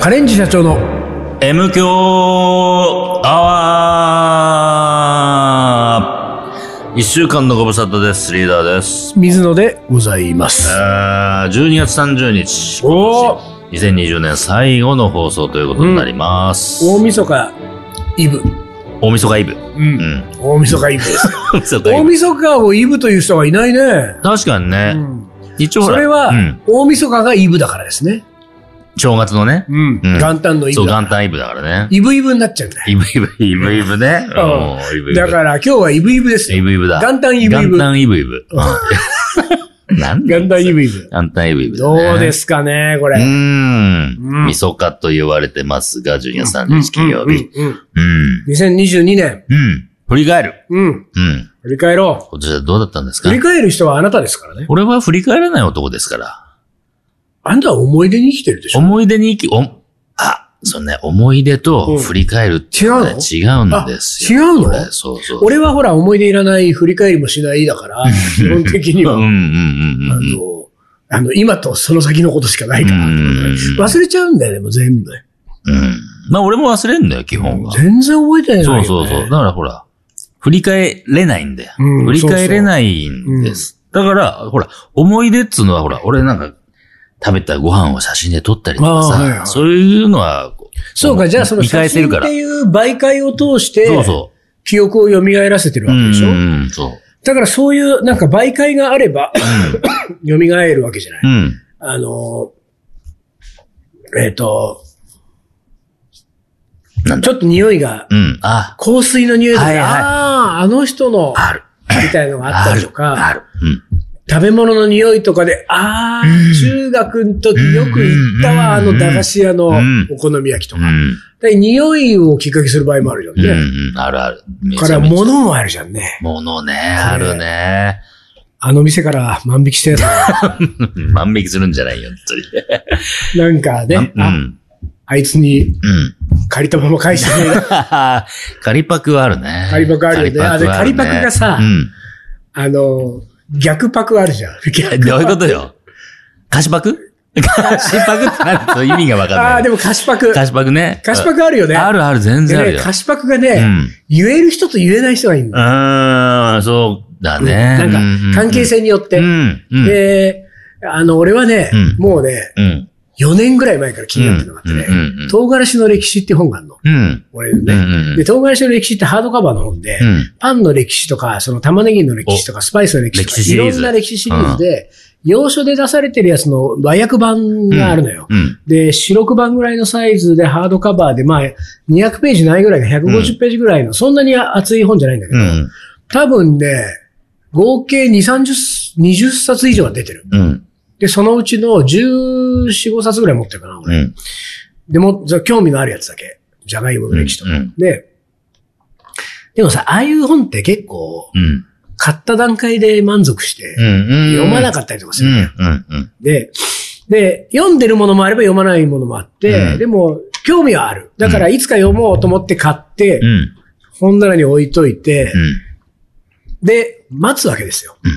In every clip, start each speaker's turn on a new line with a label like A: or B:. A: カレンジ社長の
B: M 強アワー一週間のご無沙汰です。リーダーです。
A: 水野でございます。
B: あー12月30日。
A: おー
B: 2020年最後の放送ということになります。
A: 大晦日イブ。
B: 大晦日イブ。
A: う。
B: うんん。
A: 大晦日イブです。
B: 大晦日イ
A: 大
B: ブ。
A: 晦日をイブという人はいないね。
B: 確かに
A: う
B: ね。
A: ん、
B: 一応ほ
A: そ
B: ら。
A: れは
B: うん。、
A: 大晦日がイブだからですね。
B: 正月のね。
A: うん
B: うん
A: 元旦のイ
B: そう、
A: ブだ。
B: 元旦イブだからね。
A: イブイブになっちゃうんだよ。
B: イブイブ、イブイブね。うんイブイブ。
A: だから今日はイブイブです
B: イ
A: よ。
B: ブイブだ。
A: 元旦イブイブ
B: 元旦イブイブ。うん なんだ
A: 元旦イブイブ。
B: 元旦イブイブだ
A: ど
B: ね。
A: うですかね、こ
B: うー
A: れ。うん
B: ん。みそかと言われてますが、12月30日金曜日。
A: うん。うんうん
B: うん。
A: 2022年。
B: うん。振り返る。
A: うん。
B: うん。
A: 振り返ろ
B: 今年はどうだったんです
A: う。
B: か
A: 振り返る人はあなたですからね。
B: 俺は振り返らない男ですから。
A: あなたは思い出に生きてるでしょ。
B: 思い出に生き、お、あ、そうね、思い出と振り返るっていうのはね
A: うん
B: 違うんですよ。
A: あ違うの
B: 俺そうそう。
A: 俺はほら思い出いらない、振り返りもしないだから、基本的に
B: うん
A: は。
B: う
A: あ
B: んうんうんうん。
A: の、あの、今とその先のことしかないから。
B: うんうんうん
A: 忘れちゃうんだよね、もう全部ね。
B: うん。まあ俺も忘れんだよ、基本は。
A: 全然覚えてないよ
B: そう
A: ね。
B: そうそう。だからほら、振り返れないんだよ。
A: うん
B: 振り返れないんです。だから、ほら、思い出っつうのは、ほら、俺なんか、食べたご飯を写真で撮ったりとか
A: あ
B: さ、
A: ーはいはい
B: そういうのは、こう
A: そうか、じゃあその
B: 見
A: 写
B: 返せ
A: 真っ
B: るから
A: て。いう媒介を通して、
B: そうそ
A: 記憶を蘇らせてる
B: う。う
A: わけ
B: ん
A: でしょ。
B: うんうん、そう。
A: だからそういう、なんか媒介があれば、 蘇るわけじゃない。
B: うん。
A: あの、えっ、と、
B: なん
A: ちょっと匂いが、
B: うん。あ、
A: 香水の匂いとか、
B: はいはい
A: ああ、あの人の、
B: ある。
A: みたいのがあったりと
B: あ
A: か、
B: る。うん。
A: 食べ物の匂いとかで、ああ、中学の時よく行ったわ、あ
B: うん
A: の駄菓子屋の
B: うん
A: お好み焼きと
B: う
A: か。
B: ん。
A: で匂いをきっかけする場合もあるよ
B: う
A: ね。
B: んうん。あるある。め
A: だ
B: ち
A: か
B: ゃ
A: ら
B: めちゃ
A: 物もあるじゃんね。
B: 物ね、あるね。
A: あの店から万引きしてた
B: 万引きするんじゃないよ、本
A: なんか
B: 当
A: ね
B: に。、う
A: あ
B: ん。
A: あいつに
B: うん。
A: 借りたまま返してね。
B: カリパクはあるね。
A: カリパクあるよね
B: カリパク
A: あ
B: はる
A: れカリパクがさ
B: うん。
A: あの、逆パクあるじゃん。
B: えどういうことよ菓子パク菓子パクってあると意味がわかんない。
A: ああ、でも菓子パク。
B: 菓子パクね。
A: 菓子パクあるよね。
B: あるある、全然あ
A: で
B: る
A: ね、
B: よ。
A: 菓子パクが
B: う
A: ね、
B: ん。
A: 言える人と言えない人がいるん
B: う
A: だ。
B: ーん、そうだね。
A: なん
B: ううう
A: か、関係性によって
B: う。ん。うん。
A: で、あの、俺はね、
B: うん
A: もうね、
B: うん。
A: 4年ぐらい前から気になってるのがあって
B: うんうんうんう
A: ね
B: ん、
A: 唐辛子の歴史って本があるの。
B: うん。
A: 俺の
B: うん。う
A: ね。
B: ん
A: で、唐辛子の歴史ってハードカバーの本で
B: う、ん。
A: パンの歴史とか、その玉ねぎの歴史とか、スパイスの歴史とか、
B: 歴史
A: い
B: シリ
A: ろ
B: ーズ
A: んな歴史シリーズで、洋書で出されてるやつの和訳版があるのよ。
B: うん。
A: で、4、6番ぐらいのサイズでハードカバーで、まあ、200ページないぐらいか150ページぐらいの、そんなに厚い本じゃないんだけ
B: う
A: ど、
B: ん。
A: 多分ね、合計2、30、20冊以上は出てる。
B: うん。
A: で、そのうちの14、5冊ぐらい持ってるかな、
B: う
A: 俺。
B: ん。
A: でも、そう興味のあるやつだけ。じゃがいもの歴史とか。
B: うん
A: で、でもさ、ああいう本って結構、
B: うん。
A: 買った段階で満足して、
B: うん。
A: 読まな
B: かっ
A: かったりとかす
B: う
A: る。
B: ん。うん。うん。
A: で、で、読んでるものもあれば読まないものもあって、
B: うん
A: でも、興味はある。だから、いつか読もうと思って買って、
B: うん。うん。
A: 本棚に置いといて、
B: うん
A: で、待つわけですよ、
B: うん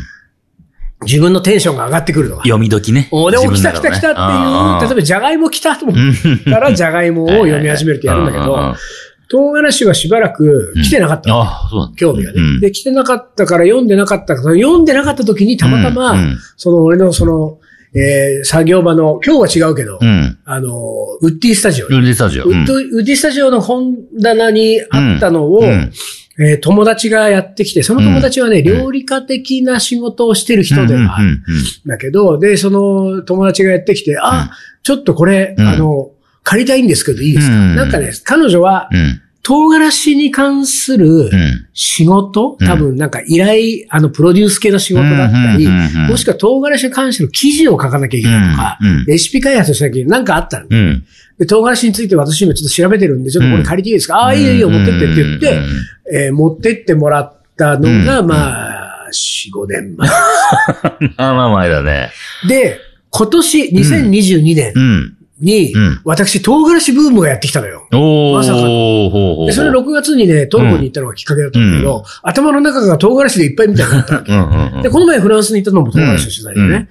A: 自分のテンションが上がってくるのが。
B: 読み時ね。
A: おで、お、来
B: 自分
A: た
B: だ
A: 来
B: から
A: た
B: ね
A: 来たっていう、例えば、じゃがいも来たと思っ
B: うん
A: たら、じゃがいもを読み始めるってやるんだけ
B: うう
A: ど
B: う、
A: 唐辛子はしばらく来てなかったの。
B: ああ、そうなんだ。
A: 興味が
B: う
A: ね。
B: ん
A: で、来てなかったから読んでなかったから、読んでなかった時にたまたま、
B: うんうん
A: その俺のその、えー作業場の、今日は違うけど、
B: うん。
A: あの、ウッディスタジオ、
B: ルーディスタジオ。
A: ウ
B: う
A: ッ
B: ん
A: ドウッディスタジオの本棚にあったのを、
B: うん
A: えー友達がやってきて、その友達はね、料理家的な仕事をしてる人ではあ
B: うん
A: る
B: うんうん
A: んだけど、で、その友達がやってきて、あ、
B: うん
A: ちょっとこれ、
B: うん
A: あの、借りたいんですけどいいですか、
B: うん
A: なんかね、彼女は、
B: うん。
A: 唐辛子に関する
B: うん
A: 仕事、多分なんか依頼、あの、プロデュース系の仕事だったり
B: うんうんうんう、ん
A: もしくは唐辛子に関しての記事を書かなきゃいけないとか
B: うんうん、
A: レシピ開発をしなきゃいけない、なんかあったの
B: う。ん。
A: で、唐辛子について私今ちょっと調べてるんで、ちょっとこれ借りていいですか、ああ、いいよいいよ、持ってってって言って、えー持ってってもらったのが、
B: うん
A: まあ、4、5年前。
B: あ、まあ前だね。
A: で、今年、2022年
B: うん。
A: に
B: うん、
A: 私、唐辛子ブームがやってきたのよ。
B: おー。
A: まさかの
B: ほうほうほう。
A: でそれ6月にね、トルコに行ったのがきっかけだったんだけど、
B: う
A: 頭の中が唐辛子でいっぱいみたいになったわけ。
B: うんうんうん。
A: で、この前フランスに行ったのも唐辛子の取材でね。
B: うん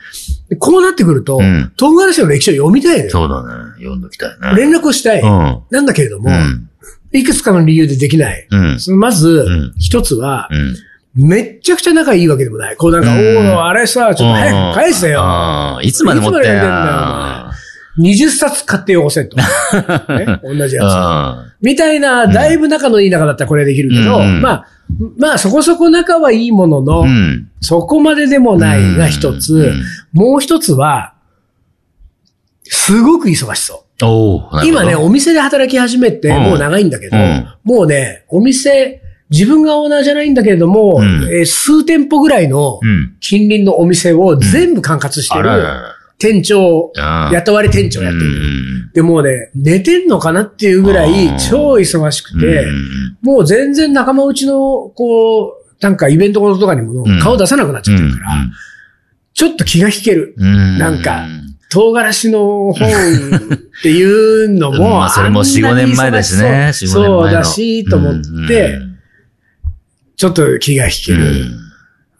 A: でこうなってくると、
B: うん
A: 唐辛子の歴史を読みたいのよ。
B: そうだね。読んどきたいな。
A: 連絡をしたい。
B: うん。
A: なんだけれども
B: う、ん。
A: いくつかの理由でできない。
B: うん。
A: そのまず
B: うん、
A: 一つは、
B: うん。
A: めっちゃくちゃ仲いいわけでもない。こうなんか、
B: う
A: お
B: ん
A: ー、あれさ、ちょっと早く返せよ。
B: よ。いつまで持ってん
A: いつまでや20冊買ってよこせ と。ね、同じやつ。みたいな、だいぶ仲のいい仲だったらこれはできるけど、
B: うん
A: まあ、まあそこそこ仲はいいものの、
B: うん。
A: そこまででもないが一つ、
B: うん
A: もう一つは、すごく忙しそう。
B: おーなるほど
A: 今ね、お店で働き始めて、
B: うん
A: もう長いんだけど、
B: うん
A: もうね、お店、自分がオーナーじゃないんだけれども、
B: うん
A: えー数店舗ぐらいの
B: うん。
A: 近隣のお店を全部管轄して
B: あ
A: る、
B: らら
A: 店長、
B: ら。
A: 雇われ店長やってる。で、もうね、寝てんのかなっていうぐら
B: あ
A: い
B: ー
A: 超忙しくて、もう全然仲間内の、こう、なんかイベントごととかにも
B: うん
A: 顔出さなくなっちゃってるから、ちょっと気が引ける。なんか唐辛子の本っていうのも、
B: まあ、それも4、5年前だしね。
A: そ
B: 4、
A: う
B: 5年前の
A: そうだし、と思って、ちょっと気が引け
B: うん
A: る。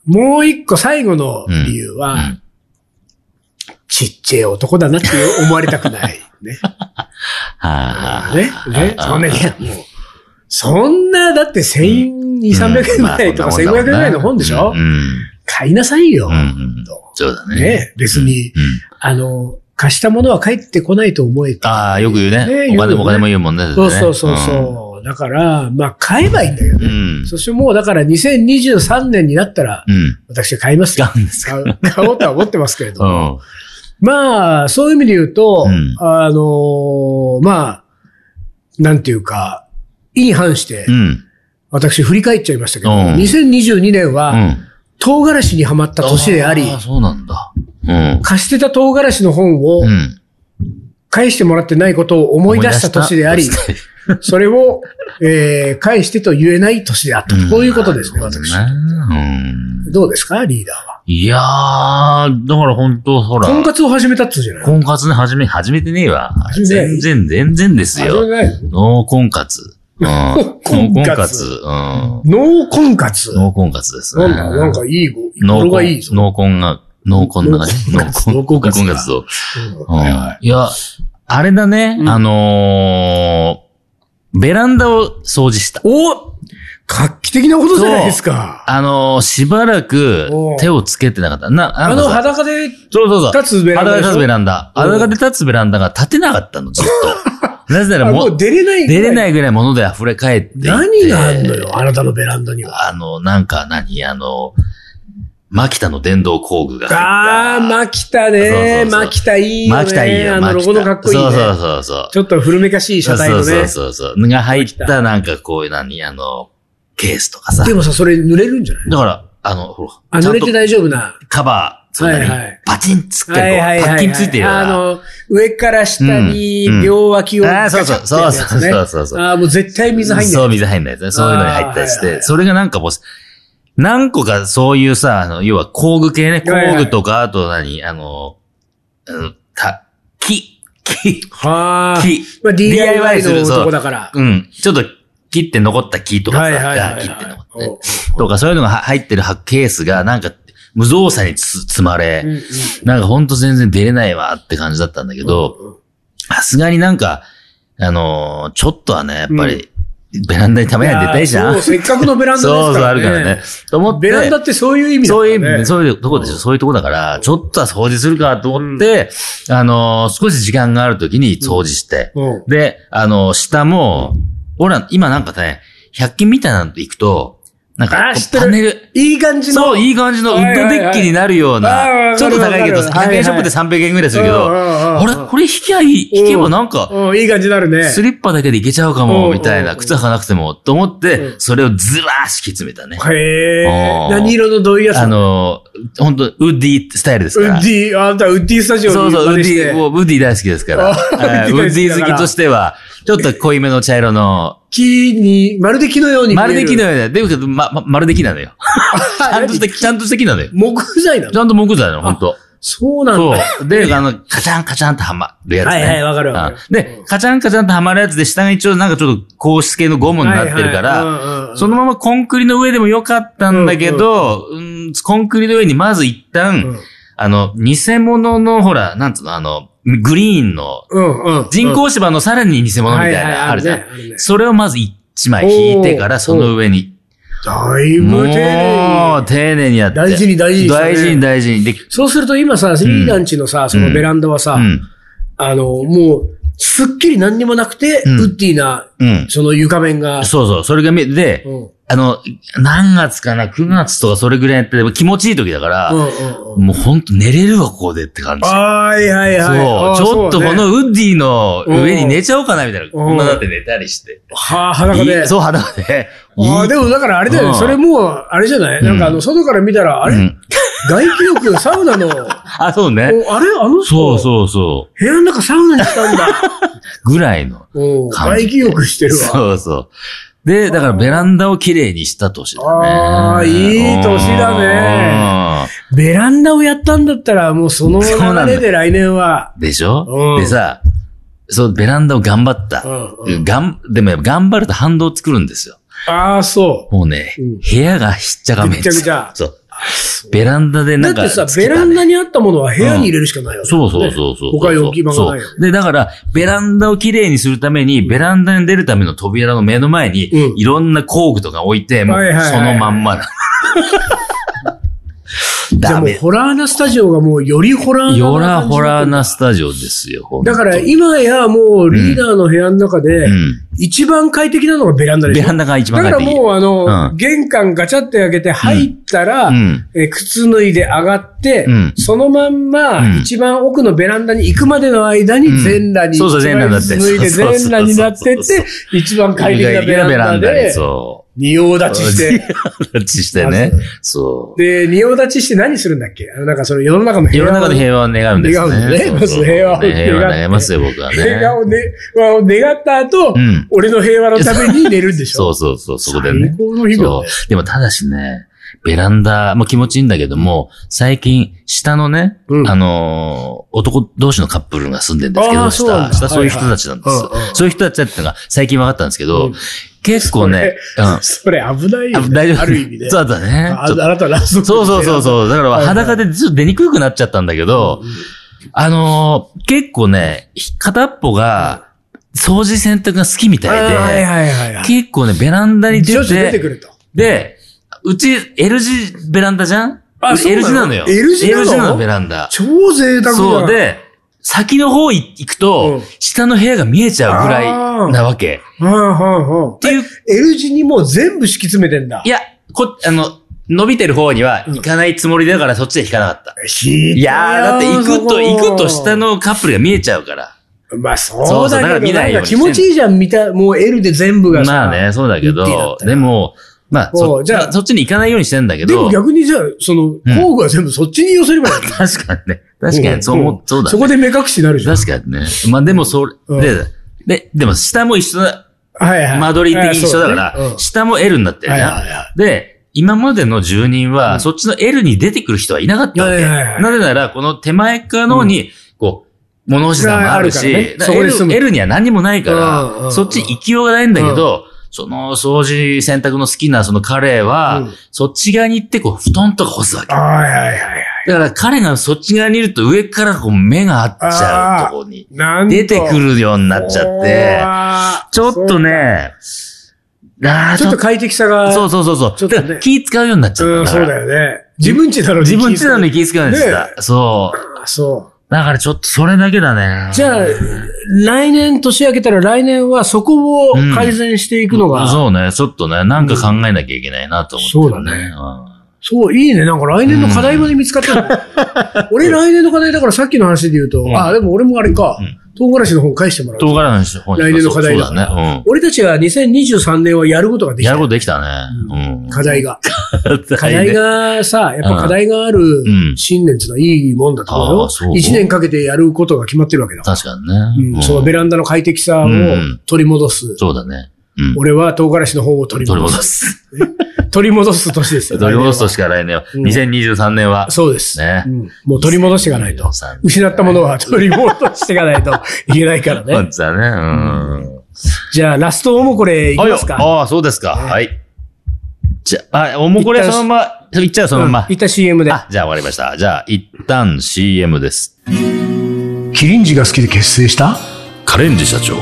A: もう一個最後の理由は、
B: うん
A: ちっちゃい男だなって思われたくない。 ね。
B: はあ
A: ね。ね。そんな、いや、もう、そんな、だって1200、300円ぐらいとか1500円ぐらいの本でしょ
B: うん
A: 買いなさいよ
B: うん。うん。そうだね。
A: ね。別に、
B: うん。
A: あの、貸したものは返ってこないと思えた。
B: ああ、よく言う
A: ね
B: ね。お金もお金も言うもんね。
A: そうそうそうそう。だから、まあ、買えばいいんだけど
B: う
A: ね。
B: ん。
A: そしてもうだから2023年になったら、
B: うん。
A: 私は買いますよ。
B: 使うんですか
A: 買う買おうとは思ってますけれど
B: う
A: も。
B: ん。
A: まあ、そういう意味で言うと、
B: うん
A: あのーまあ、なんていうか、意に反して、
B: うん。
A: 私振り返っちゃいましたけど、
B: うん
A: 2022年は、
B: うん。
A: 唐辛子にはまった年であり、
B: ーそうなんだ。うん。
A: 貸してた唐辛子の本を
B: うん。
A: 返してもらってないことを思い出した年であり、 それを、えー返してと言えない年であった。
B: ん
A: こういうことですね、私。
B: うん。
A: どうですか、リーダーは。
B: いやー、だから本当ほら。
A: 婚活を始めたっつうじゃない
B: 婚活ね、始め、始めてねえわ。
A: 始めてない
B: 全然、全然です
A: 始め
B: よ。
A: ないの
B: ノー婚活。うん。ノー婚
A: 婚
B: 活
A: 活。
B: うん。
A: ノー婚活。
B: ノー婚活ですね。
A: なんだ、なんかいい語、
B: 濃
A: 語が
B: 厚
A: いいぞ。
B: 濃厚が、濃厚な感じ。濃
A: 濃厚
B: 厚。
A: 濃厚活
B: 濃厚そう
A: うん
B: うんいや、あれだね、
A: うん
B: あのーベランダを掃除した。
A: お画期的なことじゃないですか。
B: あのーしばらく
A: おう
B: 手をつけてなかった。な、
A: あ
B: なんか
A: の
B: さ
A: 裸で
B: そうそうそう。
A: 立つベランダ
B: 裸で
A: でし
B: 立つ
A: ょ
B: ベランダ。
A: うん
B: 裸で立つベランダが立てなかったの、ずっ と。なぜなら
A: あ
B: も
A: もう
B: う、
A: 出れない。。
B: 出れないいぐらい物で溢れ返っていて。
A: 何があんのよ、あなたのベランダには。
B: あの、なんか何あの、マキタの電動工具が入った。
A: あー、マキタね。
B: そうそうそう
A: マキタいいよね。
B: マキタいいよ。
A: あのロゴのかっこいいね
B: マキタそうそうそうそう。
A: ちょっと古めかしい車体の
B: そう
A: ね。
B: そうそうそう。が入っ
A: マキ
B: た、なんかこういう何、あの、ケースとかさ。
A: でもさ、それ濡れるんじゃない
B: だから、あの、ほ
A: あ、
B: ら、ち
A: 濡
B: ゃん
A: れ
B: と
A: て大丈夫な。
B: カバー、そんなに
A: はいはい
B: バチンつって、こう、パ
A: はいはいはいはい。
B: ッキンついてるよう
A: あ
B: な。
A: の、上から下に
B: うんうん
A: 両脇を
B: あー
A: ガチ
B: そ
A: ャッ
B: う
A: て
B: そ
A: や
B: う、
A: つね。
B: そうそうそうそうそう。
A: あーもう絶対水入んない。
B: そう、水入んないやつね。そういうのに入ったりし
A: あーはいはいは
B: て、
A: い
B: それがなんかもう、何個かそういうさ、あの、要は工具系ね、工
A: はいはい
B: 具とか、あと何、あの、うんた、木、木、
A: はあ。
B: 木。
A: まあ、
B: DIY
A: DIY
B: する
A: の
B: そう
A: 男だから。
B: うん。ちょっと切って残った木とかさ、あ切って残ったね。とかそういうのがは入ってるはケースがなんか無造作につ積まれ、
A: うんうん
B: なんかほんと全然出れないわって感じだったんだけど、さすがになんか、あのーちょっとはね、やっぱり、ベランダにたまには出たいじ
A: や
B: ゃん。
A: そう、
B: そう
A: せっかくのベランダですから
B: そ
A: ね。
B: うあるからね。と思って、
A: ベランダってそういう意味だか
B: そう
A: ら
B: い
A: ね
B: う意味で、そういうとこでしょ、そういうとこだから、ちょっとは掃除するかと思って、あのー少し時間があるときに掃除して、
A: うん
B: で、あの、下も、俺ら、今なんかね、100均みたいなのと行くと、なんか
A: あ、知ってる
B: パネル、
A: いい感じの。
B: そう、いい感じのウッドデッキになるよ
A: は
B: う
A: いはいは
B: な、
A: い
B: ちょっと高いけど、
A: あーわかるわかる
B: 100円ショップで300円ぐらいするけ
A: う
B: ど、
A: んうんうん
B: あれこれ引きゃいい、引けばなんか、
A: うん、いい感じになるね。
B: スリッパだけでいけちゃうか
A: うんうん
B: も、
A: うん
B: みたいな、靴履かなくても、と思って
A: う、ん
B: それをずらー敷き詰めたね。
A: へ
B: う
A: え。
B: ん
A: 何色のどういうやつ
B: あの、本当ウッディスタイルです
A: ウ
B: から。
A: ッディ、あんたウッディスタジオ
B: そうそう、ウ
A: 真似
B: ッデ
A: して
B: ィ、もうウッディ大好きですから。
A: あ
B: はいウ
A: ウ
B: ッ
A: ッ
B: デ
A: ディ大好きだから
B: ィ好きとしては、ちょっと濃いめの茶色の、
A: 木に、まるで木のように見え
B: ま
A: る。
B: るで木のような、でもけど、ま、ま、まるで木 なのよ。ちゃんとし
A: 何
B: た、ちゃんとした木なのよ。
A: 木材な
B: ち
A: の
B: ゃんと木材なの、ほんと。
A: そうなんだ。
B: そう。で、あの、カチャンカチャンってはまるやつね。
A: はいはいわかるわかる
B: うんで、カチャンカチャンってはまるやつで、下が一応なんかちょっと硬質系のゴムになってるから、
A: はいはいうんうん
B: そのままコンクリの上でもよかったんだけど、うんコンクリの上にまず一旦、
A: うん
B: あの、偽物の、ほら、なんつうの、あの、グリーンの、
A: うんうん。
B: 人工芝のさらに偽物みたい
A: はいはい
B: な、あるじゃ
A: あるねあるね
B: ん。それをまず一枚引いてから、
A: おー
B: その上に。
A: だい
B: も
A: ぶ
B: う
A: 丁寧、に。
B: 丁寧にやって。
A: 大事に大事にしたね
B: 大事に大事に。で、
A: そうすると今さ、リーダンチのさ、そのベランダはさ、
B: うん。
A: あの、もう、すっきり何にもなくて、
B: うん
A: ウッディな、
B: うん。
A: その床面が。
B: そうそう、それが見えて、で、
A: うん。うん
B: あの、何月かな、9月とかそれぐらいやって、でも気持ちいい時だから、
A: うんうん。
B: もうほんと寝れるわ、ここでって感じ。
A: はいはいはい。あ
B: そう、
A: ー
B: ちょっと
A: そうね
B: このウッディの上に寝ちゃおうかな、みたいな。こんなだって寝たりして。
A: はあ、裸
B: い
A: で
B: い。そう、裸で。
A: ああ、で
B: も、
A: もだからあれだよ
B: う
A: ね。
B: ん
A: それもう、あれじゃないなんかあの、外から見たら、あ
B: う
A: れ
B: ん
A: 外気浴、サウナの、おあ
B: あ、そうね。
A: れあの人、
B: そうそうそう。
A: 部屋の中サウナにしたん だ。
B: ぐらいの。
A: うん
B: 感じ
A: 外気浴してるわ。
B: そうそう。で、だからベランダをきれいにした年だね。
A: あーいい年だねベランダをやったんだったら、もうその
B: そうなんだ
A: 流れで来年は。
B: うん。でし
A: う
B: ょ
A: ん
B: でさ、そう、ベランダを頑張った
A: う。んうん
B: がん、でもやっぱ頑張ると反動作るんですよ。
A: ああ、そ
B: もうね、
A: うん
B: 部屋がひっちゃかめっ
A: ひっちゃく
B: そう。ベランダで
A: う。だ
B: な
A: っ
B: んか、
A: てさ、ベランダにあったものは部屋に入れるしかないよね。
B: そうそうそうそう。
A: 他に置き場がないよ
B: そ
A: ね
B: う。で、だから、ベランダをきれいにするために、ベランダに出るための扉の目の前に、
A: うん
B: いろんな工具とか置いて、も
A: はいうはいはい
B: そのまんまな。
A: じゃあ
B: ダ
A: もう
B: メ。
A: ホラーなスタジオがもうよりホラーな感じになって
B: よ
A: る。
B: らほらなスタジオですよ。ほんと
A: だから今やもうリーダーの部屋の中で
B: う、ん。
A: 一番快適なのがベランダでし
B: ベ
A: ょ
B: ランダが一
A: だ
B: 番
A: か
B: 快
A: ら
B: 適。
A: もうあの、
B: うん
A: 玄関ガチャって開けて入ったら、
B: うん。
A: えー靴脱いで上がって、
B: うん
A: そのまんま、
B: うん
A: 一番奥のベランダに行くまでの間に
B: うん
A: 全裸に、
B: そうそう全裸になって
A: 一枚ずつ脱いで
B: そうそう
A: 全裸になってっ
B: そうそう
A: て、一番快適なベ
B: ベ
A: ラ
B: ラ
A: ン
B: ン
A: ダ
B: ダ
A: で
B: で、、そ
A: 仁王立
B: う。
A: ち して、
B: 立ちしてね。そう。
A: で、仁王立ちして何するんだっけあの、なんかその世の中の
B: 世
A: 平
B: の
A: 和
B: 中で平和を願うんです
A: 願うんで
B: ね。
A: ね
B: そうそう
A: 平和を願って
B: ね平和願いますよ、僕はね。
A: 平和を,、ね、和を願った後、
B: うん
A: 俺の平和のために寝るんでし
B: そ
A: ょ
B: うそうそう、そこでね
A: 最。高の日々
B: そ
A: だね。
B: う。でもただしね、ベランダも気持ちいいんだけども、最近、下のね、
A: うん
B: あのー男同士のカップルが住んでんですけ
A: あー
B: ど、
A: そうなん
B: 下、
A: だ
B: 下そういう人たちなんです
A: はい
B: よ
A: はいうんうん。
B: そういう人たちだってのが最近分かったんですけど、
A: うん
B: 結構ね、うん。あ
A: それ危ないよ、ね。
B: 大丈夫。
A: ある意味で。
B: そうだったね。
A: あ
B: ちょっと
A: あなたラスト。
B: そうそうそうそう。だから
A: はいはい
B: 裸でちょっと出にくくなっちゃったんだけど、あのー結構ね、片っぽが掃除洗濯が好きみたいで、
A: はいはいはいはい。
B: 結構ね、ベランダに
A: 徐
B: 出
A: 々
B: て、
A: に出てくると。
B: で、うち L 字ベランダじゃん
A: あそうなの
B: ?L 字なのよ。
A: L 字なの
B: L 字なのベランダ。
A: 超贅沢
B: そう
A: だ。
B: で、先の方い行く
A: う
B: と
A: ん、
B: 下の部屋が見えちゃうぐら
A: あー
B: いなわけ。っ
A: はいはいはい。
B: ていう、
A: L 字にもう全部敷き詰めてんだ。
B: いや、こ、あの、伸びてる方には行かないつもりだからそっちで引かなかった。
A: ひど
B: い
A: い
B: やー、だって行く
A: そ
B: と、
A: こ
B: 行くと下。のカップルが見えちゃうから。
A: まあそ
B: そううそうだか
A: だ
B: ら
A: け
B: 見
A: ど、
B: ない
A: な
B: よ
A: ん
B: う
A: か気
B: に
A: 持ちいいじゃん、見た、もう L で全部がさ。
B: まあね、そうだけ
A: ウッディだっ
B: ど
A: た、ら
B: でも、まあ、
A: お
B: そう
A: じゃあ
B: そっちに行かないようにしてんだけ
A: でも
B: ど、
A: 逆にじゃあ、その、工具は全部そっちに寄せればいい。
B: 確かにね、確かに、そう思
A: ん
B: う、そうだね
A: そ。こで目隠しになるじゃん。
B: 確かにね。まあでもそれ、
A: うん
B: で、で、でも下も一緒だ、
A: はいはい。
B: 間取り的に一緒だから、
A: はいそうねうん
B: 下も L になってる
A: はい
B: な、
A: はいは
B: で、今までの住人は、そっちの L に出てくる人はいなかったわけ。
A: はいはいはい
B: なぜなら、この手前側の方に、こう、物干しさんもある
A: がある
B: し、
A: からね
B: だ
A: そ
B: から
A: こで住
B: L,
A: む
B: L には何もないか
A: うんうんう
B: ら、
A: ん
B: そっち行きようがないんだけど、その掃除、洗濯の好きなその彼は、
A: うん
B: そっち側に行って、こう、布団とか干すわけ。
A: はいはいはいはい。
B: だから彼がそっち側にいると上からこう目が合っちゃうところに。
A: なんと
B: 出てくるようになっちゃって、ちょっとね、あー
A: ちょっと快適さが。
B: そうそうそうそう。
A: ちょっとね
B: だから気使うようになっちゃった
A: うん、
B: から。
A: そうだよね。自分ちなのに。
B: 自分ちなのに気使うんです
A: ね
B: た。そう。
A: あそ
B: だからちょっとそれだけだね。
A: う。じゃあ、来年年明けたら来年はそこを改善していくのが。そう
B: そうね、ちょっとね、なんか考えなきゃいけないなと思って、
A: そうだね。そう、いいね。なんか来年の課題まで見つかったの、俺来年の課題だからさっきの話で言うと、
B: ん
A: あ、でも俺もあれか、
B: うん
A: 唐辛子の本返してもら
B: 唐
A: う。
B: 辛子の方に
A: 来年の課題だ
B: そうだね。
A: 俺たちは2023年はやることが
B: う
A: で
B: ん。
A: き
B: や
A: た
B: る。ことできたね。うん。
A: 課題が。課
B: 課
A: 題
B: 題ね。
A: がさ、やっぱ課題がある
B: ん
A: 新年ってのはいいもんだと
B: ああ
A: 思
B: そうう
A: よ。一年かけてやることが決まってるわけだから
B: 確かにね。
A: う
B: うんん
A: そのベランダの快適さを
B: うん
A: 取り戻す。
B: そうだね。うん。
A: 俺は唐辛子の本を取り
B: 取り
A: 戻
B: 戻
A: す。
B: す。
A: 取り戻す年ですよ。
B: 取り戻すと
A: 来
B: しか来年は、
A: うん
B: 2023年
A: 年
B: は
A: は。そうです。
B: ね
A: うんもう取り戻していかないと。
B: 2023
A: 失ったものは取り戻してい かないといけないから
B: 本
A: ね。
B: 当だね。うん。
A: じゃあ、ラストオモコレいきます
B: はい
A: か。
B: ああ、そうですか。はい。じゃあ、あ、もうこれはそのまま、いっちゃうそのまま
A: い。った CM で。
B: あ、じゃあ終わりました。じゃあ、一旦 CM です。
C: キリンジが好きで結成した
B: カレンジ社長。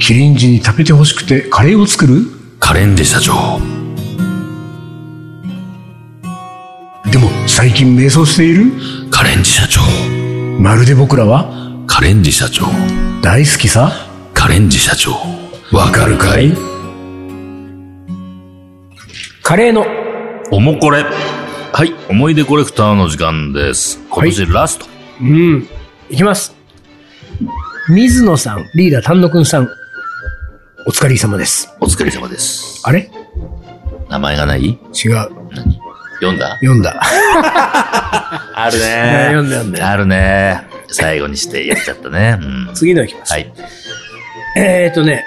C: キリンジに食べてほしくてカレーを作る
B: カレンジ社長。
C: でも最近迷走している
B: カレンジ社長。
C: まるで僕らは
B: カレンジ社長。
C: 大好きさ
B: カレンジ社長。わかるかい
A: カレーの、
B: おもこれ。はい。思い出コレクターの時間です。今年ラスト。
A: うん。いきます。水野さん、リーダー丹野くんさん、お疲れ様です。
B: お疲れ様です。
A: あれ
B: 名前がない
A: 違う。
B: 何読んだ
A: 読んだ。
B: あるね
A: 読んだ読んだ。
B: あるね最後にしてやっちゃったね。うん。
A: 次のいきます。
B: はい。
A: えーっと ね、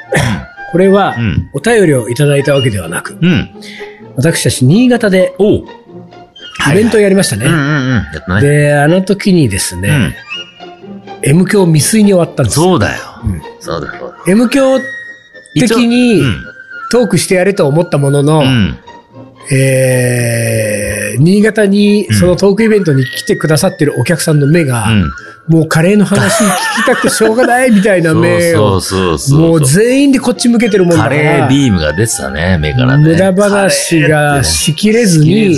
A: これは
B: うん、
A: お便りをいただいたわけではなく、
B: うん。
A: 私たち新潟で、
B: おう。
A: イベントをやりましたね。
B: うんうんうん。やったね。
A: で、あの時にです
B: う
A: ね、
B: ん。
A: M 響未遂に終わったんです。
B: そうだよ
A: うん。
B: そうだそうだ。
A: M 響的に
B: うん。
A: トークしてやれと思ったものの、
B: うん。
A: えー、新潟にそのトークイベントに来てくださってるお客さんの目が、
B: うん。
A: もうカレーの話聞きたくてしょうがないみたいな目
B: そ
A: を
B: う、そうそうそう。
A: もう全員でこっち向けてるもんだ
B: カ
A: か
B: レー
A: ら、
B: ビームが出てたね、目からね。
A: 無駄話がしきれずに、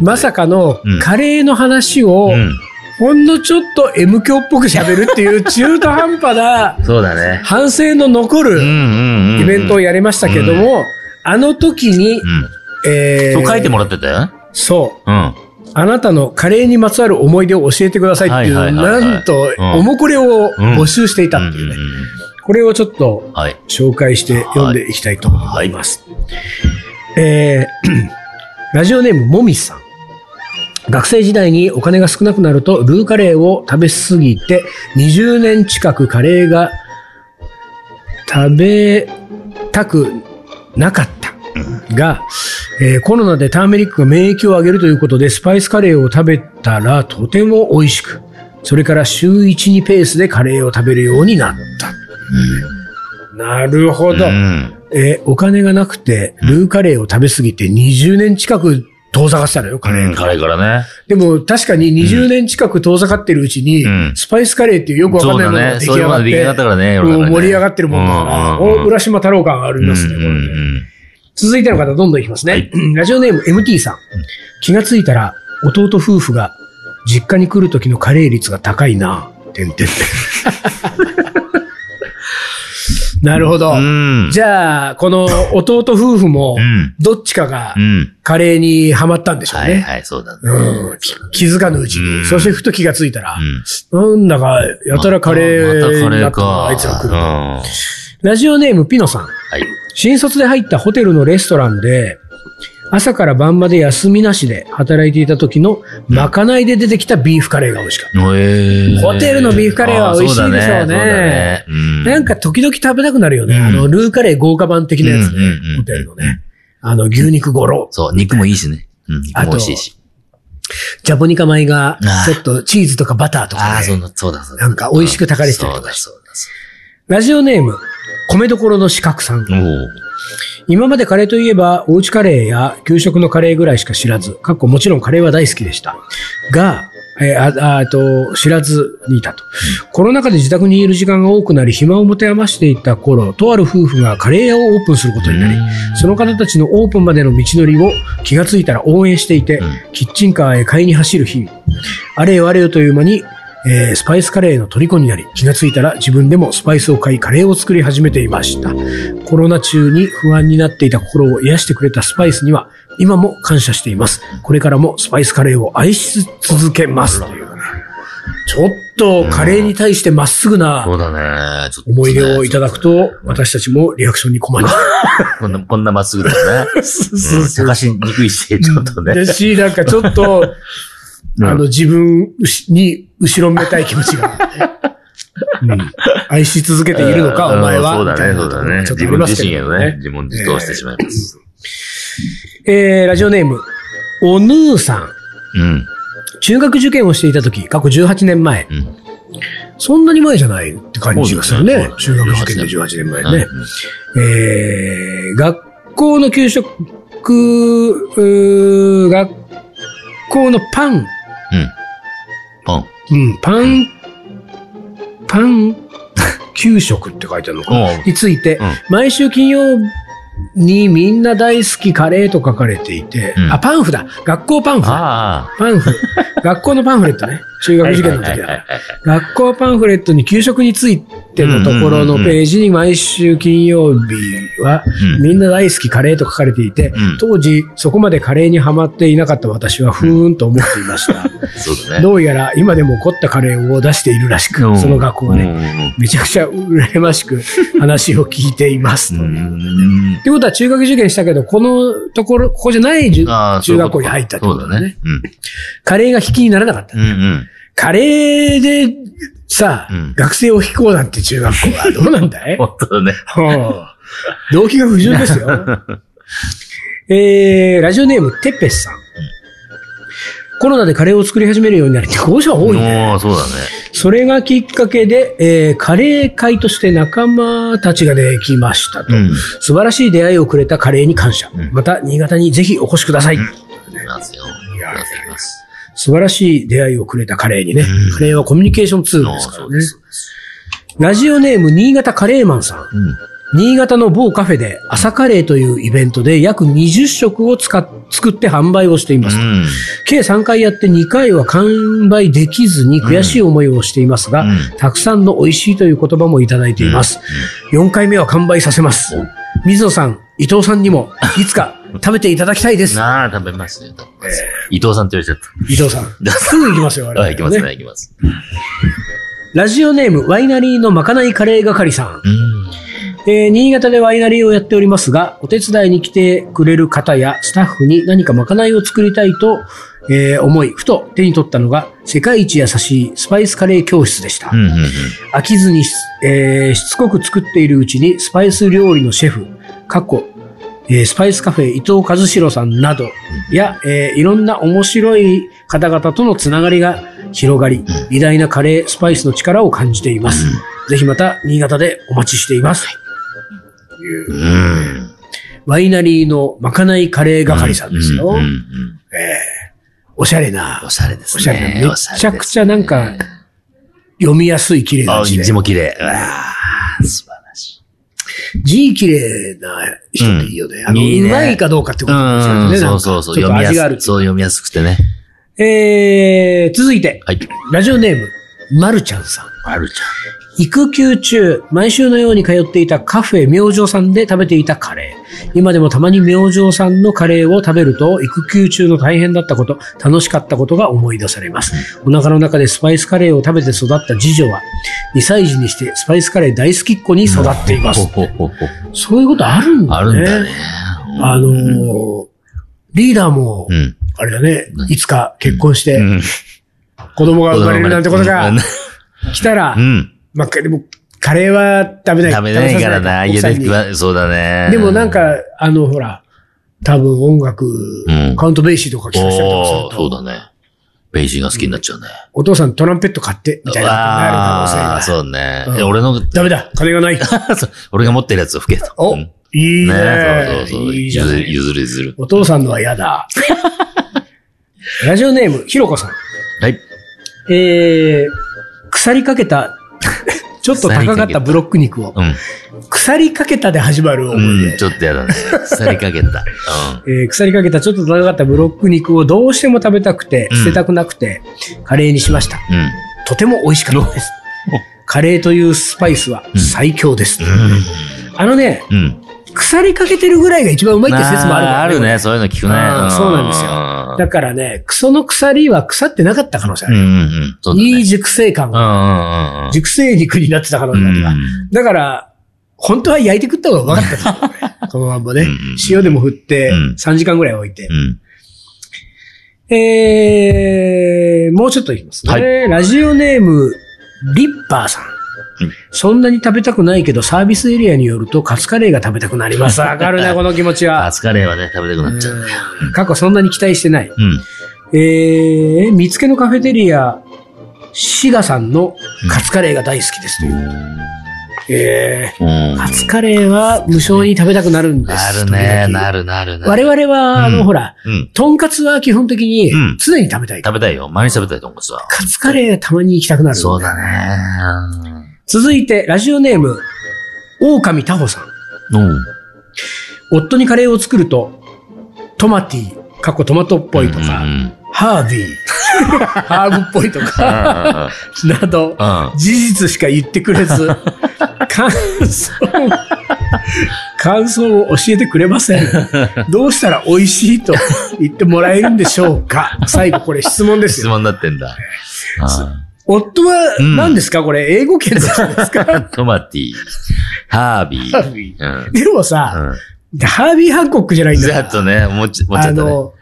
A: まさ
B: か、
A: かの
B: うん
A: カレーの話を
B: う、ん。
A: ほんのちょっと M 教っぽく喋るっていう中途半端な、
B: そうだね。
A: 反省の残
B: うん
A: る
B: うんうん。
A: イベントをやりましたけども、あの時に
B: う、ん。
A: え
B: そう
A: ー
B: 書いてもらってたよね。
A: そう、
B: うん。
A: あなたのカレーにまつわる思い出を教えてくださいっていう、
B: はいはいはいはい
A: なんと、
B: うん
A: おもこれを募集していたっていうね、
B: うんうんうん
A: これをちょっと
B: はい。
A: 紹介して読んでいきたいと思います。えー ラジオネームもみさん。学生時代にお金が少なくなるとルーカレーを食べ過ぎて20年近くカレーが食べたくなかった。が、えーコロナでターメリックが免疫を上げるということでスパイスカレーを食べたらとても美味しく、それから週1、2ペースでカレーを食べるようになった。なるほど。
B: うん。
A: えーお金がなくて、ルーカレーを食べ過ぎて20年近く遠ざかってたのよ、カ
B: カ
A: レ
B: レ
A: ー。
B: ーからね。
A: でも確かに20年近く遠ざかってるうちに、
B: うん
A: スパイスカレーっていうよくわかんないものが出来
B: そうだね
A: 上が
B: そういうものが
A: っ
B: 出来上がったからね
A: て、
B: 世の中
A: もう
B: ね
A: 盛り上がってるもんだから、
B: うんうんうん
A: お浦島太郎感ありますね、これね
B: うんうん
A: 続いての方どんどんいきますね。
B: はい
A: ラジオネーム MT さん。気がついたら、弟夫婦が実家に来る時のカレー率が高いな。てんてんてん なるほど。
B: うん。うん。
A: じゃあ、この弟夫婦も
B: う、ん。
A: どっちかが
B: うん。
A: カレーにハマったんでしょう
B: はい
A: ね。
B: はい、そうだね。
A: うん、き気づかぬうちに、
B: うん
A: そしてふと気がついたら
B: う、ん。
A: なんだか、やたらカレーにな
B: ま
A: ったたのがあ
B: カレ
A: いつが来
B: ー
A: る。
B: か。
A: ラジオネームピノさん。
B: うん。はい。
A: 新卒で入ったホテルのレストランで、朝から晩まで休みなしで働いていた時のまかないで出てきたビーフカレーが美味しかっ
B: えー
A: ホテルのビーフカレーは美味しいでしょうね
B: あーそうだそうだねうん
A: た。なんか時々食べたくなるよね。
B: うん
A: あの、ルーカレー豪華版的なやつ
B: うんうん
A: ね
B: うんうん。
A: ホテルのね。あの、牛肉ゴロ。
B: そう、肉もいいしね。うん、肉
A: あ
B: も
A: と
B: 美味しいし。
A: ジャポニカ米が
B: あ、ー
A: ちょっとチーズとかバターと
B: あ
A: か
B: あ、そう
A: ね。
B: だ、そうだ、そうだ。
A: なんか美味しく炊かれてたり
B: そ
A: と
B: う
A: か
B: だ、
A: して
B: そうだ。そ
A: ラジオネーム、米どころの四角さん
B: う。だおー
A: 今までカレーといえば、おうちカレーや給食のカレーぐらいしか知らず、かっこもちろんカレーは大好きでした。が、えーあああと知らずにいたと。コロナ禍で自宅にいる時間が多くなり、暇を持て余していた頃、とある夫婦がカレー屋をオープンすることになり
B: う、ん
A: その方たちのオープンまでの道のりを気がついたら応援していて、
B: うん
A: キッチンカーへ買いに走る日々。あれよあれよという間に、えースパイスカレーの虜になり、気がついたら自分でもスパイスを買い、カレーを作り始めていました。コロナ中に不安になっていた心を癒してくれたスパイスには、今も感謝しています。これからもスパイスカレーを愛し続けます。というねちょっとカレーに対してまっすぐ
B: そ
A: な
B: うだね。ちょっとね
A: 思い出をいただくと、私たちもリアクションに困ります。
B: こんな、こんなまっすぐだよ ね。
A: そう
B: うん探しにくいし、ちょっとね。
A: だし、なんかちょっと、
B: うん
A: あの、自分に後ろめたい気持ちが。うん愛し続けているのか、
B: うん
A: お前は。
B: そうだね、
A: みた
B: そ
A: いうな
B: だね。
A: ちょっと
B: 自
A: あり
B: 分
A: ます
B: 自身
A: け
B: へ
A: ど
B: の
A: ね
B: ね、。自問自答してしまいます。
A: えー、ラジオネーム、おぬーさん。
B: うん。
A: 中学受験をしていた時、過去18年前。
B: うん
A: そんなに前じゃないって感じがするね。
B: そ
A: 中
B: うだね
A: 学受験で18年前ね。
B: うん
A: えー、学校の給食僕、うー学校のパン、
B: うん。ポン。
A: うん、パン、パン、給食って書いてあるのかな
B: うん
A: について、
B: うん
A: 毎週金曜にみんな大好きカレーと書かれていて、
B: うん
A: あ、パンフだ。学校パンフ。
B: あ
A: パンフ。学校のパンフレットね。中学受験の時だから。学校パンフレットに給食についてのところのページに毎週金曜日は
B: うん
A: みんな大好きカレーと書かれていて
B: ん、
A: 当時そこまでカレーにはまっていなかった私はふーんと思っていました。
B: あ。そうだね。
A: どうやら今でも凝ったカレーを出しているらしく
B: う、ん
A: その学校はね、
B: ね。
A: めちゃくちゃ羨まし く話を聞いています。
B: う。
A: というんってことは中学受験したけど、このところ、ここじゃないじゅ
B: ああ、
A: 中学校に入ったって
B: そ
A: こ
B: う
A: と
B: だ
A: だね
B: ね。。うん。
A: カレーが引きにならなかった。
B: うんうん。
A: カレーでさ、
B: うん
A: 学生を引こうなんて中学校はどうなん だい
B: 本当だね。
A: うん動機が不純 ですよ。えー、ラジオネーム、てっぺしさん。コロナでカレーを作り始めるようになり、候補者多いね。
B: おーそうだね。
A: それがきっかけで、えーカレー会として仲間たちができましたと。
B: うん
A: 素晴らしい出会いをくれたカレーに感謝。
B: うん
A: また、新潟にぜひお越しください。
B: ありますよ。
A: いや
B: ありがとうございます。
A: 素晴らしい出会いをくれたカレーにね。
B: うん
A: カレーはコミュニケーションツールですから
B: そう
A: ね
B: で。す。そうです
A: ラジオネーム、新潟カレーマンさん。
B: うん。
A: 新潟の某カフェで朝カレーというイベントで約20食を使っ作って販売をしています。
B: うん。
A: 計3回やって2回は完売できずに悔しい思いをしていますが、
B: うん
A: たくさんの美味しいという言葉もいただいています。4回目は完売させます。水野さん、伊藤さんにもいつか食べていただきたいです。
B: なあ、食べますよ。食べます伊藤さんって言われちゃった。
A: 伊藤さん。すぐ行きますよ、我々
B: あ、
A: ね
B: いきますね、いきます。
A: ラジオネーム、ワイナリーのまかないカレー係さん。
B: うん。
A: えー新潟でワイナリーをやっておりますが、お手伝いに来てくれる方やスタッフに何かまかないを作りたいと、えー思い、ふと手に取ったのが、世界一優しいスパイスカレー教室でした。
B: うんうんうん。
A: 飽きずにし、えーしつこく作っているうちに、スパイス料理のシェフ、過去、えースパイスカフェ伊藤和弘さんなど、や、えーいろんな面白い方々とのつながりが広がり、偉大なカレー、スパイスの力を感じています。ぜひまた、新潟でお待ちしています。
B: うん。
A: ワイナリーのまかないカレー係さんですよ。
B: ううんうん
A: おしゃれな
B: お、しゃれです
A: おしゃれ
B: ね。
A: な、め
B: おしゃれ
A: ちゃくちゃなんか、読みやすい綺麗な
B: あ、
A: 字で
B: 字。も綺麗。うわあ、素晴らしい。
A: 字綺麗な人っていいよね。
B: うん
A: あの、
B: いいうね
A: まいかどうかってことですよ
B: う
A: ね。
B: ん、
A: な
B: そ
A: ん
B: うそうそう。
A: ちょっ
B: 読
A: と
B: み
A: 味があ
B: やす
A: る
B: く、。そう読みやすくてね。
A: えー、続いて、
B: はい。
A: ラジオネーム、まるちゃんさん。
B: あるち
A: 育休中、毎週のように通っていたカフェ明星さんで食べていたカレー。今でもたまに明星さんのカレーを食べると、育休中の大変だったこと、楽しかったことが思い出されます。お腹の中でスパイスカレーを食べて育った次女は、2歳児にしてスパイスカレー大好きっ子に育ってい
B: ゃん。
A: ます。
B: ほほほほ
A: そういうことあるんだね。
B: あるんだね。うん
A: あのーリーダーも、
B: うん。
A: あれだね、いつか結婚して、
B: うん
A: 子供が生まれるなんてことが来たら、
B: うん。
A: まあ、でも、カレーは食べない。
B: 食べないからな。
A: 食べ
B: 家
A: させない
B: で食
A: 奥さん
B: わ、そうだね。
A: にでもなん、か、あの、ほら、多分音楽、
B: うん
A: カウントベイシーとか聞かせたりとかする
B: お
A: と
B: ー、そうだね。ベイシーが好きになっちゃうね。
A: お父さんトランペット買って、みたいなことになる可能性
B: ああ
A: が
B: ー、。そうね。
A: うん
B: え俺の、
A: ダメだ、金がない。
B: そう俺が持ってるやつを吹けと。
A: お、
B: うん
A: いいね
B: ねそうそうそう。
A: いいじゃな
B: 譲る
A: い。
B: 譲る譲る。
A: お父さんのは嫌だ。 ラジオネーム、ひろこさん。
B: はい。
A: えー、腐りかけた、 ちょっと高かったブロック肉を、
B: うん。
A: 腐りかけたで始まる思い出。
B: うん、ちょっとやだね。腐りか けた。
A: えー腐りかけたちょっと高かったブロック肉をどうしても食べたくて、
B: うん
A: 捨てたくなくて、カレーにしました。
B: うん。うん。
A: とても美味しかったです。カレーというスパイスは最強です。あのね、
B: うん。うん。
A: 腐りかけてるぐらいが一番うまいって説もあるから
B: あるね。そういうの聞くね。
A: あーそうなんですよだ
B: よ。
A: からね、その腐りは腐ってなかった可能性あ
B: うん
A: る。
B: うんうん。そうだね。
A: いい熟成感
B: うんう
A: が、
B: んうん
A: 熟成肉になってた可能
B: う
A: 性ある
B: ん。
A: から。だから、本当は焼いて食った方がうまかったと思うね このまんまね
B: うんうんうん。
A: 塩でも振って
B: うん、
A: 3時間ぐらい置いて
B: う。ん。
A: えー、もうちょっといきますね。
B: は
A: ラジオネーム、リッパーさん。
B: うん
A: そんなに食べたくないけど、サービスエリアによるとカツカレーが食べたくなり ます。わかるな、この気持ち
B: カ
A: は。
B: ツカレーはね、食べたくなっちゃう。
A: うん過去そんなに期待してない。
B: うん。
A: えー、見つけのカフェテリア、シガさんのカツカレーが大好きですという。ええ
B: うん。
A: カツカレーは無償に食べたくなるんです。
B: なるね、な
A: る。
B: るなるな
A: 我
B: る。
A: 々は、あ
B: う
A: の、
B: ん
A: ほら、
B: うん。
A: とんかつは基本的に
B: うん
A: 常に食べたい。
B: 食べたいよ。毎日食べたいと思うさ。
A: カツカレーたまに行きたくなる。
B: そうだ。ね。
A: 続いて、ラジオネーム、狼タホさん。
B: うん。
A: 夫にカレーを作ると、トマティ、かっこトマトっぽいとか、
B: うんうんうん
A: ハ ービー、ハーブっぽいとか、
B: う
A: など、
B: んうん。
A: 事実しか言ってくれ ず、感想、感想を教えてくれません。どうしたら美味しいと言ってもらえるんでしょうか最後、これ質問です
B: 質
A: よ。
B: 問になって んだ。
A: 夫は
B: うん
A: 何ですか、これ、英語圏なんです か
B: うんトマティ、ハービ
A: ハー
B: ー。
A: ビー。
B: うん。
A: でもさ、
B: うん
A: ハービー・ハンコックじゃないんだ
B: ち
A: か
B: ょ
A: ら
B: っとね、もうち、もう
A: あ
B: ちょっとね。
A: の、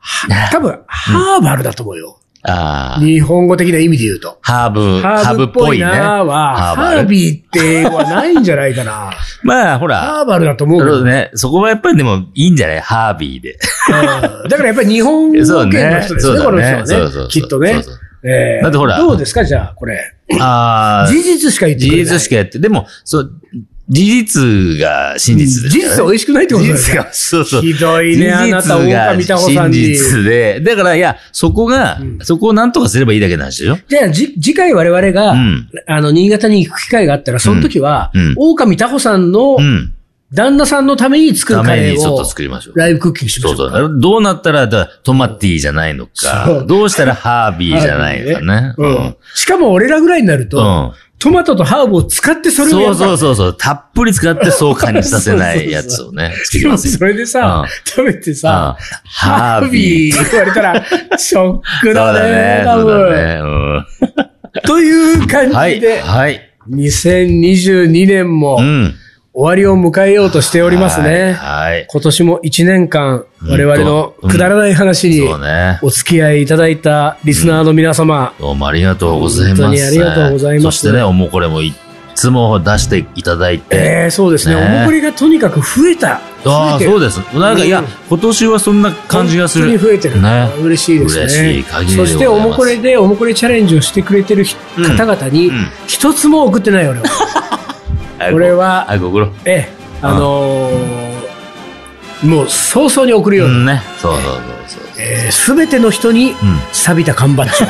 A: は多分、ハーバルだと思うよ。
B: ああ。
A: 日本語的な意味で言うと。
B: ハーブ、ハ
A: ハ
B: ー
A: ー
B: ブ
A: ブ
B: っ
A: っ
B: ぽ
A: ぽ
B: い
A: い
B: ね。
A: なーは、
B: ハーバル
A: ハービーって英語はないんじゃないかな。
B: ま あ、ほら。
A: ハーバルだと思う
B: な
A: け
B: るほ
A: ど
B: どね。そこはやっぱりでもいいんじゃないハー ビーで。
A: うんだからやっぱり日本語
B: そう
A: 圏の
B: ね。
A: 人です
B: そ
A: ね、
B: う
A: この人
B: だね。そうそう
A: は
B: そう
A: ね。きっとね
B: そう。そう
A: えー
B: だってほら
A: どうですか、じゃあ、これ。
B: ああ、
A: 事実しか言って
B: 事
A: くれない。
B: 実しかやって、でも、そう、事実が真実
A: 事
B: ですからね
A: 実は美味しくないってこと
B: 事
A: だよ
B: 実
A: ね。
B: が、そうそう。
A: ひどいね、あなた、
B: 事実が
A: 大見た子さん
B: 真
A: に。
B: 実で。だから、いや、そこが、
A: うん
B: そこをなんとかすればいいだけの話でしょ
A: じゃあ、じ次回我々が、
B: うん。
A: あの、新潟に行く機会があったら、その時は
B: うんうん、
A: 狼タホさんの
B: うん。
A: 旦那さんのために作る
B: た
A: カ
B: め
A: レ
B: に
A: ー
B: ちょっ
A: を
B: と、作りましょう。
A: ライブクッキングしま
B: そう
A: しょう
B: そ
A: か。
B: う。どうなったら、だからトマティじゃないの
A: そ
B: か、
A: う
B: どうしたらハービーじゃないのかね。
A: う
B: うん
A: ん。しかも俺らぐらいになると、
B: うん。
A: トマトとハーブを使ってそれをや
B: そ
A: る
B: う
A: から
B: そうそうそう。たっぷり使ってそう感じさせないやつ をね、作り
A: でも
B: ますよ。
A: それでさ、
B: うん
A: 食べて
B: うん
A: さ、
B: ハ
A: ハ
B: ー
A: ー
B: ビ
A: ビ
B: ー。
A: ーって言われたら、ショッ
B: そ
A: ク
B: う
A: だ
B: だね
A: ね、。多
B: そうだ
A: 分。
B: ね。
A: という感
B: うんは
A: じ
B: い。
A: で、
B: はい。
A: 2022年も
B: う
A: 終
B: ん。
A: わりを迎えようとしておりますね。
B: はい。はい
A: 今年も1年間、我々の
B: うん
A: くだらない話に
B: そうね。
A: お付き合いいただいたリスナーの皆様、
B: どうもありがとうございます。
A: 本当にありがとうございます
B: そしてね、もうこれもいつも出していただいて。
A: えーそうですね、
B: ね
A: おもこりがとにかく増えた。増
B: ああ、
A: えてる
B: そうです。なんか、いや
A: うん、
B: 今年はそんな感じがす
A: 本当に
B: る。
A: 増えてる。
B: ね
A: 嬉しいですね。
B: 嬉しい限りでございます
A: そして、おもこれで、おもこれチャレンジをしてくれてる人
B: うん
A: 方々に
B: うん、
A: 一つも送ってない、俺は。これは、
B: あ、ご苦労。
A: ええ、あのーもう早々に送るよ
B: う
A: うに、
B: んね。そうそうそうそう。
A: すべ、全ての人に
B: うん。
A: 錆びた缶バッジ を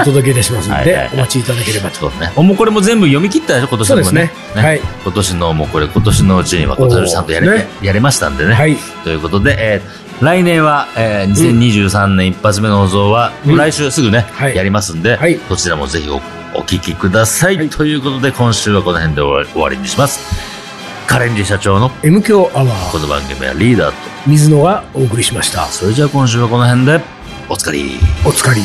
A: お届けいたしますの
B: はい
A: で、
B: はいはい
A: お待ちいただければと。
B: そうね。もうこれも全部読み切ったでしょ、今年
A: そ
B: の
A: う
B: も
A: ですね。はい。
B: 今年のもうこれ、今年のうちには今年ちゃんとやれ,、
A: おーね
B: やれましたんでね。
A: はい。
B: ということで、えー来年は、えー2023年一発目の放送は、
A: うん
B: 来週すぐね、
A: はい
B: やりますんで、
A: はい
B: どちらもぜひおお聞きください,、
A: はい
B: ということで、今週はこの辺で終わ終わりにします。カレンジ社長の
A: M 強アワ
B: こ
A: ー、
B: の番組はリーダーと。
A: 水野がお送りしました。
B: それじゃあ今週はこの辺で、おつかり。
A: お疲れ。